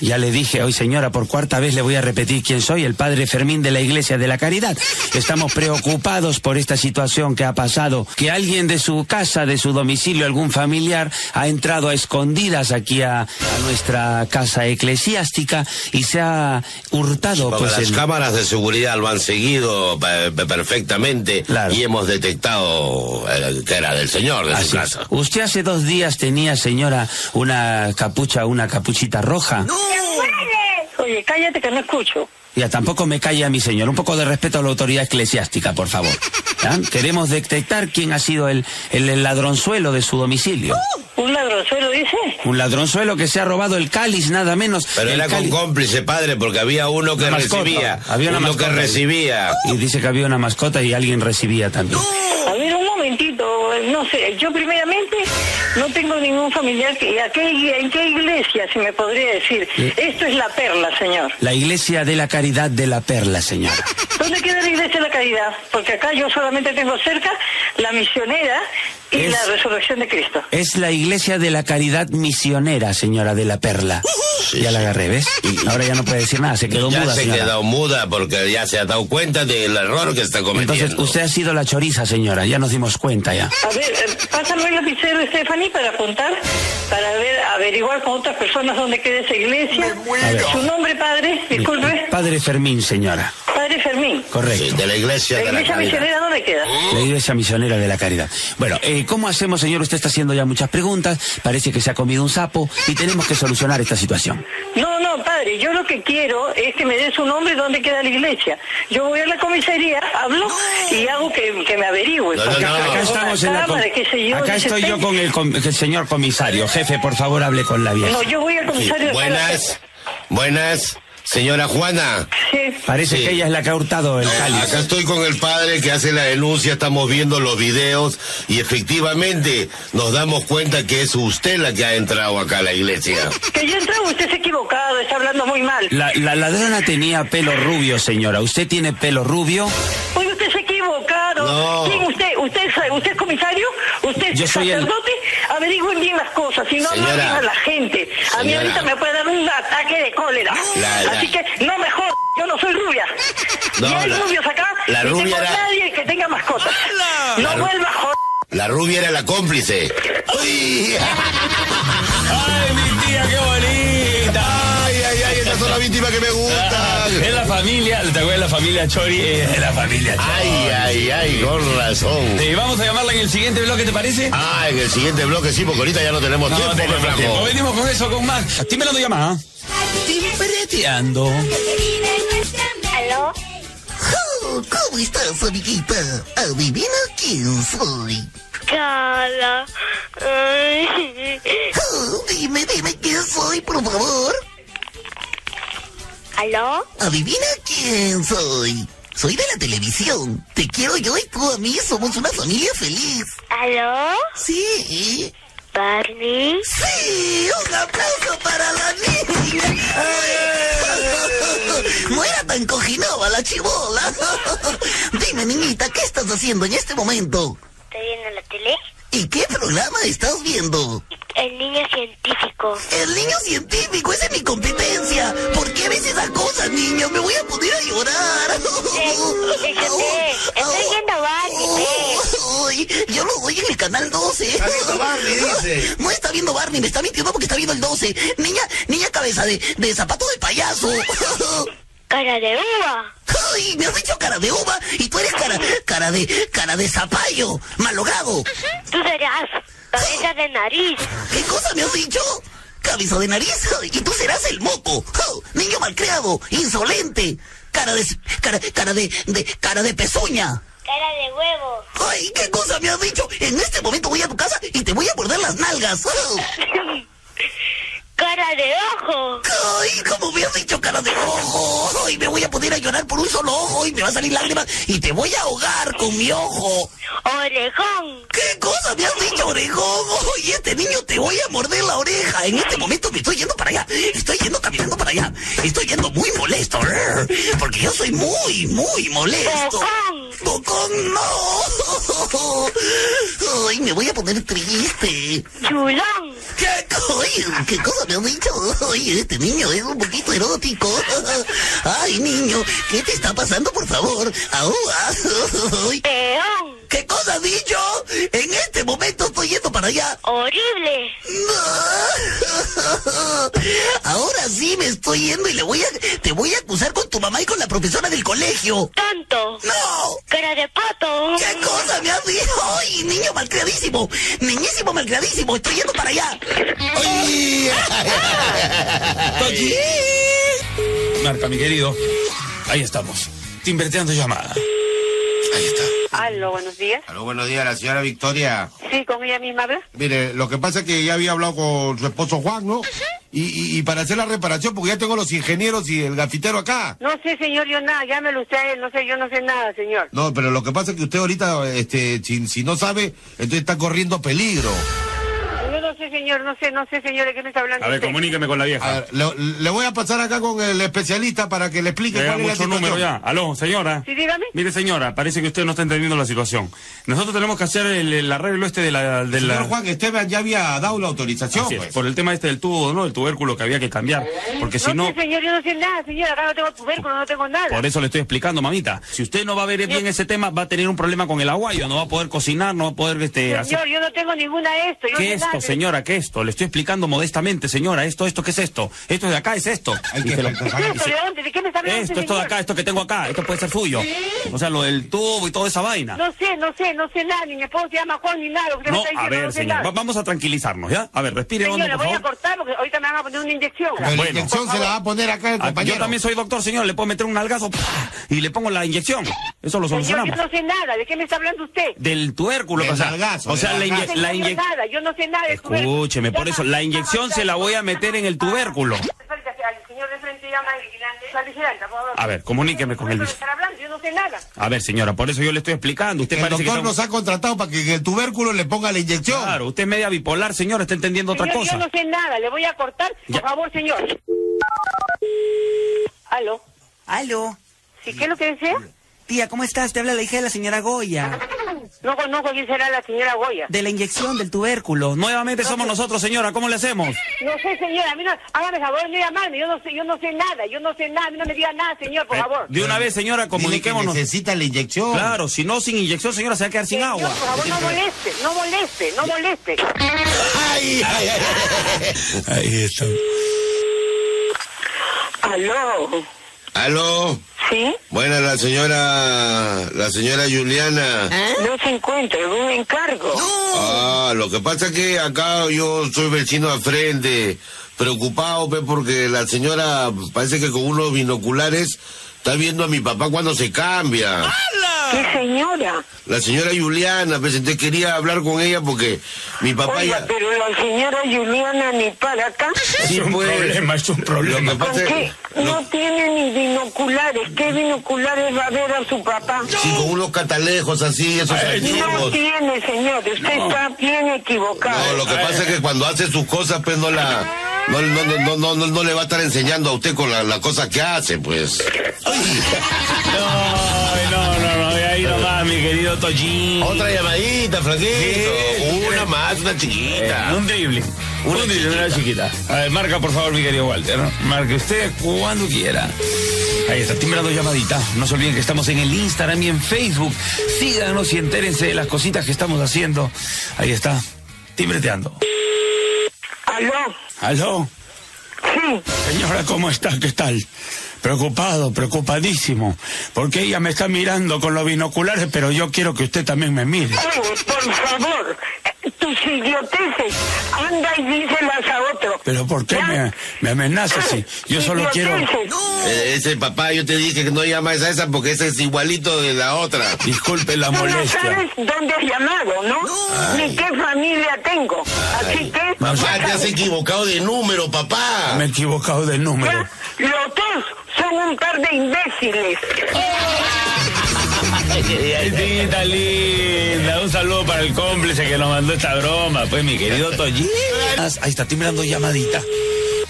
Ya le dije hoy, señora, por cuarta vez le voy a repetir quién soy, el padre Fermín de la Iglesia de la Caridad. Estamos preocupados por esta situación que ha pasado, que alguien de su casa, de su domicilio, algún familiar, ha entrado a escondidas aquí a, a nuestra casa eclesiástica y se ha hurtado
Porque
pues
las
el-
cámaras de seguridad lo han seguido eh, perfectamente y hemos detectado eh, que era del señor de su casa.
Usted hace dos días tenía, señora, una capucha, una capuchita roja.
Oye, cállate que no escucho.
Ya tampoco me calle a mi señor. Un poco de respeto a la autoridad eclesiástica, por favor. ¿Ya? Queremos detectar quién ha sido el, el- el ladronzuelo de su domicilio.
¿Un ladronzuelo dice?
Un ladronzuelo que se ha robado el cáliz, nada menos.
Pero
El
era con
cáliz-
cómplice, padre, porque había uno que
Una mascota.
recibía.
Había una
uno que
mascota.
recibía.
Y dice que había una mascota y alguien recibía también.
A ver, un momentito, no sé, yo primeramente no tengo ningún familiar que... ¿a qué- ¿En qué iglesia se me podría decir?
Sí.
Esto es la perla, señor.
La iglesia de la caridad de la perla, señora.
¿Dónde queda la iglesia de la caridad? Porque acá yo solamente tengo cerca la misionera y
Es-
la resurrección de Cristo.
Es la iglesia de la caridad misionera, señora de la perla. ya la agarré, ¿ves? Ahora ya no puede decir nada, se quedó
ya
muda,
se
señora.
quedó muda porque ya se ha dado cuenta del error que está cometiendo.
Entonces, usted ha sido la choriza, señora, ya nos dimos cuenta ya.
A ver, eh, pásame el lapicero, Stephanie, para apuntar, para ver, averiguar con otras personas dónde queda esa iglesia. Su nombre, padre, disculpe,
Padre Fermín, señora.
padre Fermín.
Correcto.
de la ¿Eh? iglesia
La iglesia misionera, ¿dónde queda?
La iglesia misionera de la caridad. Bueno, eh, ¿cómo hacemos, señor? Usted está haciendo ya muchas preguntas, parece que se ha comido un sapo y tenemos que solucionar esta situación.
No, no, padre, yo lo que quiero es que me dé su nombre y dónde queda la iglesia. Yo voy a la comisaría, hablo y hago que, que me averigüe.
Acá,
porque
acá
tengo
estamos
una
en la... com-
cámara, qué sé yo,
acá
dice,
estoy yo
"Ten".
con el, com- el señor comisario. Jefe, por favor, hable con la vieja.
No, yo voy al comisario. de
Buenas, buenas, señora Juana.
Parece que ella es la que ha hurtado el cáliz.
Acá estoy con el padre que hace la denuncia, estamos viendo los videos y efectivamente nos damos cuenta que es usted la que ha entrado acá a la iglesia.
Que yo entraba, usted se ha equivocado, está hablando muy mal.
La, la ladrona tenía pelo rubio, señora. ¿Usted tiene pelo rubio?
Oye, usted se ha equivocado.
No.
¿Quién usted? ¿Usted es, usted es comisario? ¿Usted es
Yo soy el-
sacerdote? Averigüen bien las cosas, si no, no
Señora.
hablen a la gente. A mí
Señora.
ahorita me puede dar un ataque de cólera.
La- la-
Así que no me jodas, yo no soy rubia.
No,
ni hay
la-
rubios acá,
la
ni
rubia
tengo
era-
nadie que tenga mascotas. No
La ru-
vuelva a joder.
La rubia era la cómplice. ¡Ay!
¡Ay, mi tía, qué bonita!
¡Ay, ay, ay! Esas son las víctimas que me gustan.
Es la familia, ¿te acuerdas de la familia Chori? Es la familia Chori.
Ay, ay, ay, con razón.
Sí, vamos a llamarla en el siguiente bloque, ¿te parece?
Ah, en el siguiente bloque sí, porque ahorita ya no tenemos
No,
tiempo,
tenemos
me flaco.
tiempo. Venimos con eso, con más. Dime la llamada. Timbreteando.
¿Aló?
Oh, ¿Cómo estás, amiguita? ¿Adivina quién soy?
cara. Ay.
Dime, dime quién soy, por favor.
¿Aló?
Adivina quién soy. Soy de la televisión. Te quiero yo y tú a mí. Somos una familia feliz.
¿Aló?
Sí.
¿Barney?
Sí. Un aplauso para la niña. No era tan cojinaba la chibola. Dime, niñita, ¿qué estás haciendo en este momento?
¿Estoy viendo la tele?
¿Y qué programa estás viendo?
El niño científico.
El niño científico, esa es mi competencia. ¿Por qué ves esas cosas, niño? Me voy a poner a llorar. Estoy viendo Oh, Barney. Yo lo doy en el canal 12. Está viendo Barney, dice. No está viendo Barney, me está mintiendo porque está viendo el 12. Niña, niña cabeza de, de zapato de payaso.
Cara de uva.
Ay, me has dicho cara de uva y tú eres cara, cara de, cara de zapallo, malogrado.
Tú serás cabeza de nariz.
¿Qué cosa me has dicho? Cabeza de nariz y tú serás el moco. ¡Oh! Niño malcriado, insolente, cara de cara, cara de, de cara de pezuña.
Cara de huevo.
Ay, ¿qué cosa me has dicho? En este momento voy a tu casa y te voy a morder las nalgas. ¡Oh!
Cara de ojo.
Ay, ¿cómo me has dicho cara de ojo? Ay, me voy a poner a llorar por un solo ojo y me va a salir lágrimas y te voy a ahogar con mi ojo.
Orejón.
¿Qué cosa me has dicho, orejón? Oye, este niño te voy a morder la oreja. En este momento me estoy yendo para allá. Estoy yendo caminando para allá. Estoy yendo muy molesto. rrr, Porque yo soy muy, muy molesto. ¡Bocón, no! Ay, me voy a poner triste.
¡Chulón!
¿Qué, co- ay, ¿Qué cosa me han dicho? Ay, este niño es un poquito erótico. Ay, niño, ¿qué te está pasando, por favor? Au, au, ay. ¿Qué cosa has dicho? En este momento estoy yendo para allá.
Horrible.
Ahora sí me estoy yendo y le voy a, te voy a acusar con tu mamá y con la profesora del colegio.
Tonto.
No.
Cara de pato.
¿Qué cosa me has dicho? ¡Ay, niño malcriadísimo! ¡Niñísimo malcriadísimo! ¡Estoy yendo para allá! ¡Ay!
Tochi. Marca, mi querido. Ahí estamos. Timberteando llamada.
Aló, buenos días.
Aló, buenos días, la señora Victoria.
Sí, con ella misma habla.
Mire, lo que pasa es que ya había hablado con su esposo Juan, ¿no? Y, y- y para hacer la reparación, porque ya tengo los ingenieros y el gafitero acá.
No sé, señor, yo nada, llámelo usted, a él, no sé, yo no sé nada, señor.
No, pero lo que pasa es que usted ahorita, este, si, si no sabe, entonces está corriendo peligro.
Yo no sé, señor, no sé, no sé, señor, ¿de qué me está hablando? usted?
comuníqueme con la vieja. le, le voy a pasar acá con el especialista para que le explique
Llega
cuál es la
mucho
situación.
número ya. Aló, señora.
Sí, dígame.
Mire, señora, parece que usted no está entendiendo la situación. Nosotros tenemos que hacer el, el arreglo este de la... De la...
Señor Juan Esteban ya había dado la autorización.
Así es,
pues.
por el tema este del tubo, ¿no? El tubérculo que había que cambiar. Porque si no...
sé, señor, yo no sé nada, señor, acá no tengo tubérculo, no tengo nada.
Por eso le estoy explicando, mamita. Si usted no va a ver bien ese tema, va a tener un problema con el aguayo. No va a poder cocinar, no va a poder este, hacer...
Señor, yo no tengo ninguna de esto. Yo no
¿Qué
sé
esto,
nada,
señora? ¿Qué esto? Le estoy explicando modestamente, señora. ¿Esto, esto, qué es esto? Esto de acá es esto. Y se lo-
¿Qué es
y
esto?
se-
¿De dónde? ¿De qué me está hablando
Esto,
usted,
esto de
señor?
acá, esto que tengo acá, esto puede ser suyo. O sea, lo del tubo y toda esa vaina.
No sé, no sé, no sé nada, ni mi esposo se llama Juan ni nada. lo que usted me
Eh. No,
está
a
diciendo, no
ver,
sé
señor,
nada.
va- vamos a tranquilizarnos, ¿ya? A ver, respire
Señor,
hondo,
la
por
voy a
favor.
cortar porque ahorita me van a poner una inyección.
Bueno.
poner acá el
Ah,
compañero.
Yo también soy doctor, señor, le puedo meter un algazo y le pongo la inyección. Eso lo
Señor, yo
solucionamos.
no sé nada, ¿de qué me está hablando usted?
Del tubérculo, o sea, o sea, la, inye- la
Yo no sé
inyección.
nada, yo no sé nada de tubérculo.
Escúcheme, por eso, la inyección se la voy a meter en el tubérculo.
Al señor de frente llama al vigilante. La vigilante, por favor.
A ver, comuníqueme con
Yo
él.
no sé estar hablando, yo no sé nada.
A ver, señora, por eso yo le estoy explicando. Usted
El
parece que
doctor
está-
nos ha contratado para que el tubérculo le ponga la inyección.
Claro, usted es media bipolar, señora, está entendiendo otra
Señor,
cosa.
Yo no sé nada, le voy a cortar, por favor, señor. Aló.
Aló.
¿Sí, qué es lo que desea?
Tía, ¿cómo estás? Te habla la hija de la señora Goya.
No conozco quién será la señora Goya.
De la inyección del tubérculo.
Nuevamente somos nosotros, señora, ¿cómo le hacemos?
No sé, señor, a mí no, hágame favor de llamarme, yo no sé, yo no sé nada, yo no sé nada, a mí no me diga nada, señor, por favor.
De una vez, señora, comuniquémonos.
necesita la inyección.
Claro, si no, sin inyección, señora, se va a quedar sin agua.
Por favor, no moleste, no moleste, no moleste.
Ay, ay,
Ahí está.
Aló. Aló.
Sí.
Bueno, la señora, la señora Juliana.
¿Eh?
No se encuentra, es un encargo.
Ah, lo que pasa es que acá yo soy vecino al frente, preocupado, pe, porque la señora parece que con unos binoculares está viendo a mi papá cuando se cambia.
¿Qué señora?
La señora Juliana, pues entonces quería hablar con ella porque mi papá
Oiga,
ya...
pero la señora Juliana ni para acá.
Sí, pues.
es un problema.
Aunque no tiene ni binoculares. ¿Qué binoculares va a ver a su papá?
Sí, con unos catalejos así, esos
No
antiguos.
tiene, señor. Usted está bien equivocado.
No, lo que pasa es que cuando hace sus cosas, pues no la... No, no, no, no, no, no, no le va a estar enseñando a usted con la, la cosa que hace, pues.
Ay, no, no, no, de ahí nomás, mi querido Tollín.
Otra llamadita, Franquito. Una más, una chiquita.
Eh, un drible. Un drible, una chiquita. A ver, marca por favor, mi querido Walter. Marque usted cuando quiera. Ahí está, timbrando llamadita. No se olviden que estamos en el Instagram y en Facebook. Síganos y entérense de las cositas que estamos haciendo. Ahí está, timbreteando.
Aló.
Aló. Señora, ¿cómo está? ¿Qué tal? Preocupado, preocupadísimo, porque ella me está mirando con los binoculares, pero yo quiero que usted también me mire.
Oye, eh, por favor, eh, tus idioteces, anda y díselas a otro.
Pero ¿por qué me, me amenaza si yo solo quiero...
Eh, ese papá, yo te dije que no llamas a esa porque esa es igualito de la otra.
Disculpe la
Tú no sabes dónde has llamado, ¿no? Ni qué familia tengo. Así que...
Papá, te has equivocado de número, papá.
Me he equivocado de número.
Los dos son un par de imbéciles.
Tita linda, un saludo para el cómplice que nos mandó esta broma, pues mi querido Toyi. Ahí está timbrando llamadita.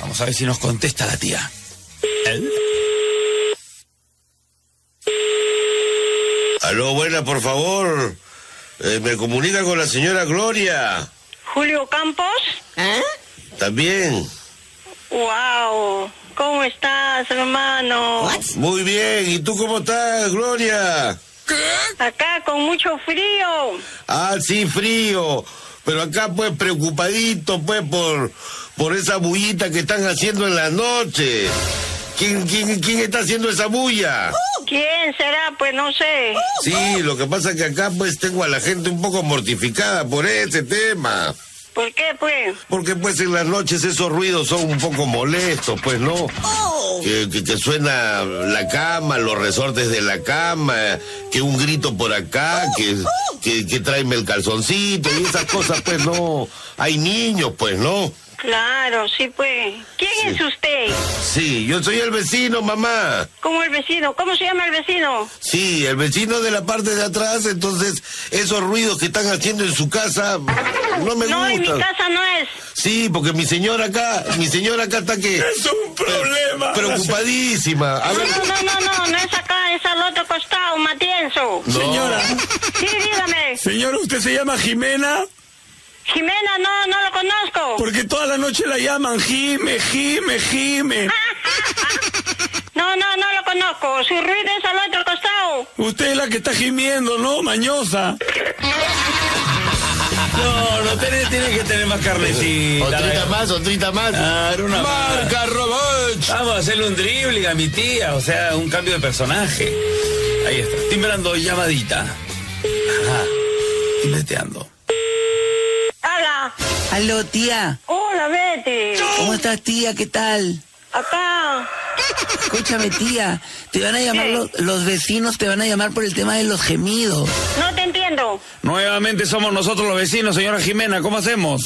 Vamos a ver si nos contesta la tía. ¿Eh?
Aló, buena, por favor. Eh, me comunica con la señora Gloria.
Julio Campos. ¿Eh?
También.
Wow. ¿Cómo estás, hermano?
Muy bien. ¿Y tú cómo estás, Gloria?
Acá con mucho frío.
Ah, sí, frío. Pero acá, pues, preocupadito, pues, por, por esa bullita que están haciendo en la noche. ¿Quién, quién, quién está haciendo esa bulla?
¿Quién será? Pues no sé.
Sí, lo que pasa es que acá, pues, tengo a la gente un poco mortificada por ese tema.
¿Por qué, pues?
Porque pues en las noches esos ruidos son un poco molestos, pues no.
Oh.
Que, que- que suena la cama, los resortes de la cama, que un grito por acá, que, que, que tráeme el calzoncito y esas cosas, pues no. Hay niños, pues no.
Claro, sí, pues. ¿Quién es usted?
Sí, yo soy el vecino, mamá.
¿Cómo el vecino? ¿Cómo se llama el vecino?
Sí, el vecino de la parte de atrás, entonces esos ruidos que están haciendo en su casa no me
No, en mi
gustan.
casa no es.
Sí, porque mi señora acá, mi señora acá está que... Es
un problema.
Preocupadísima. A
No,
ver,
no, no, no, no es acá, es al otro costado, Matienzo.
Señora.
Sí, dígame.
Señora, ¿usted se llama Jimena?
Jimena, no, no lo conozco.
Porque toda la noche la llaman Jime, Jime, Jime.
No, no, no lo conozco. Su ruido es al otro costado.
Usted es la que está gimiendo, ¿no, mañosa? No, no, tiene, tiene que tener más carnecita.
Otrita
¿eh?
más, otrita más.
Claro, una
Marca robot.
Vamos a hacerle un dribbling a mi tía, o sea, un cambio de personaje. Ahí está, timbrando llamadita. Ajá, timbreteando.
Hola. Aló, tía.
Hola, Betty.
¿Cómo estás, tía? ¿Qué tal?
Acá.
Escúchame, tía. Te van a llamar los, los vecinos, te van a llamar por el tema de los gemidos.
No te entiendo.
Nuevamente somos nosotros los vecinos, señora Jimena, ¿cómo hacemos?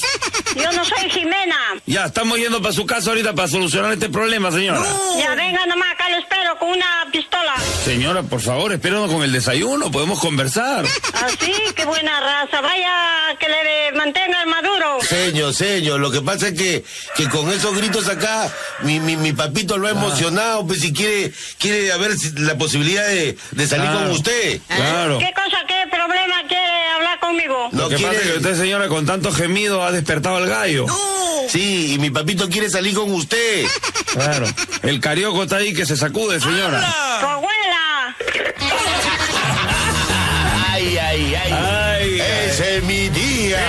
Yo no soy Jimena.
Ya, estamos yendo para su casa ahorita para solucionar este problema, señora.
Ya, venga nomás, acá lo espero con una pistola.
Señora, por favor, espérenos con el desayuno, podemos conversar.
Así, qué buena raza. Vaya, que le mantenga el maduro.
Señor, señor, lo que pasa es que, que con esos gritos acá, mi, mi, mi papito lo ha emocionado, pues si quiere, quiere haber si- la posibilidad de, de salir
Claro.
con usted.
¿Qué cosa, qué problema quiere hablar conmigo?
Lo que pasa es que usted, señora, con tanto gemido ha despertado al gallo.
Sí, y mi papito quiere salir con usted.
Claro. El carioco está ahí que se sacude, señora.
Tu abuela.
Ay, ay, ay.
Ese
es mi día.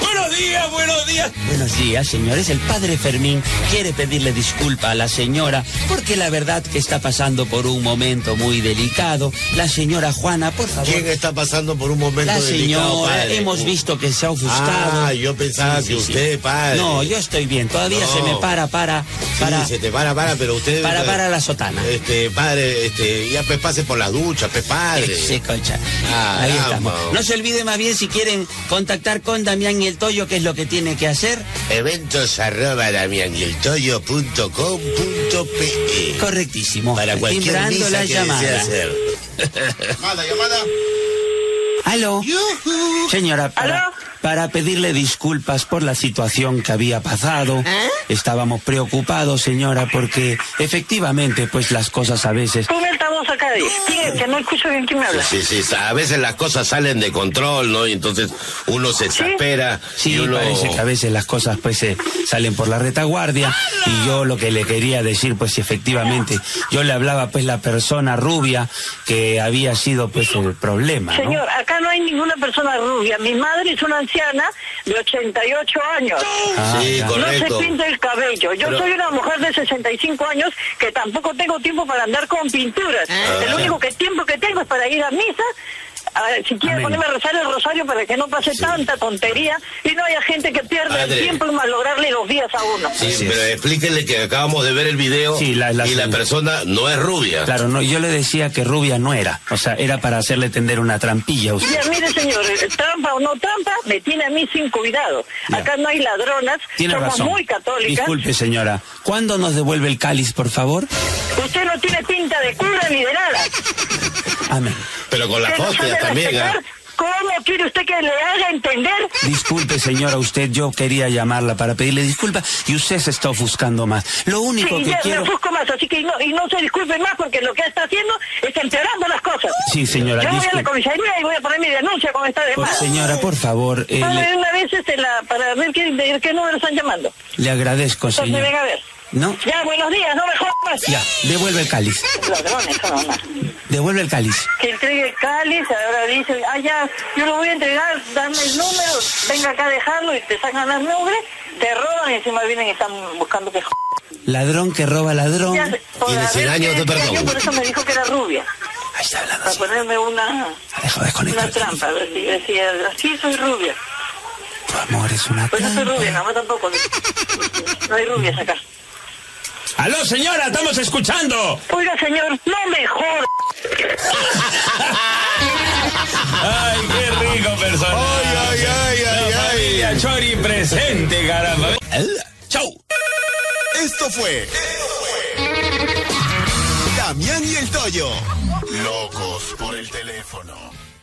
Buenos días, buenos días. días.
Buenos días, señores. El padre Fermín quiere pedirle disculpa a la señora porque la verdad que está pasando por un momento muy delicado. La señora Juana, por favor.
¿Quién está pasando por un momento
La
delicado,
señora,
padre?
hemos visto que se ha ofuscado.
Ah, yo pensaba que usted, padre.
No, yo estoy bien. Todavía
No.
se me para, para, para.
Sí, se te para, para, pero usted...
Para, para la sotana.
Este, padre, este, ya pues pase por las duchas, pues padre.
Sí, concha.
Ah,
Ahí
ah,
estamos.
ma-
No se olvide más bien si quieren contactar con Damián y el Toyo, que es lo que tiene que hacer.
Eventos arroba damianguiltoyo.com.pe
Correctísimo.
Para cualquier
Timbrando
misa
la
que
llamada.
desee hacer.
Llamada, llamada.
Aló. Señora, para, para pedirle disculpas por la situación que había pasado. Estábamos preocupados, señora, porque efectivamente, pues las cosas a veces.
Pon el altavoz acá, di. ¿Quién es? Que no escucho bien quién me habla.
Sí, sí, sí, a veces las cosas salen de control, ¿no? Y entonces uno se exaspera
Sí,
y uno...
parece que a veces las cosas pues se salen por la retaguardia y yo lo que le quería decir pues efectivamente yo le hablaba pues la persona rubia que había sido pues el
Ah,
problema, ¿no?
Señor, acá no hay ninguna persona rubia. Mi madre es una anciana de 88 años.
Ah, Sí, ya. correcto.
No se pinta el cabello. Yo
Pero-
soy una mujer de 65 años que tampoco tengo tiempo para andar con pinturas.
Ah.
El único que tiempo que tengo es para ir a misa. a- si quiere
Amén.
ponerme a rezar el rosario para que no pase tanta tontería y no haya gente que pierda
Padre.
el tiempo en malograrle los días a uno.
Sí, pero explíquenle que acabamos de ver el video
Sí, la- la-
y la persona no es rubia.
Claro, no, yo le decía que rubia no era, o sea, era para hacerle tender una trampilla a usted.
Ya, mire, señor, eh, trampa o no trampa, me tiene a mí sin cuidado. Acá no hay ladronas,
Tiene
somos
razón.
muy católicas.
Disculpe, señora. ¿Cuándo nos devuelve el cáliz, por favor?
Usted no tiene pinta de cura ni de nada.
Amén.
Pero con las
Usted no
hostias
sabe
también,
respetar.
¿ah?
¿Cómo quiere usted que le haga entender?
Disculpe, señora, usted yo quería llamarla para pedirle disculpa y usted se está ofuscando más. Lo único
Sí,
que
ya
quiero...
me ofusco más, así que no, y no se disculpe más porque lo que está haciendo es empeorando las cosas.
Sí, señora,
Yo voy a
disculpe.
la comisaría y voy a poner mi denuncia con esta
Por-
demanda.
señora, por favor, eh,
Póngame
le,
una vez este, la, para ver qué, de qué número están llamando.
le agradezco,
Entonces
señor.
venga a ver.
¿No?
Ya, buenos días, no me jodas más.
Ya, devuelve el cáliz.
Ladrones, son más.
Devuelve el cáliz.
que entregue el cáliz, ahora dicen, ah, ya, yo lo voy a entregar, dame el número, venga acá a dejarlo y te sacan las nubes, te roban y encima vienen y están buscando que... j-
Ladrón que roba ladrón.
Ya, por haber querido engaño, Por eso me dijo que era rubia.
Ahí está Ah, hablando.
Para ponerme una, una trampa, a ver si decía, sí, soy rubia.
Tu amor es una...
Pues no soy rubia, nada más tampoco. No hay rubias acá.
Aló, señora, estamos escuchando.
Oiga, señor, no me jodas.
Ay, qué rico personaje. Ay, ay, ay, ay, ay. Familia Chori presente, caramba. Chau.
Esto fue. Damián y el Toyo. Locos por el teléfono.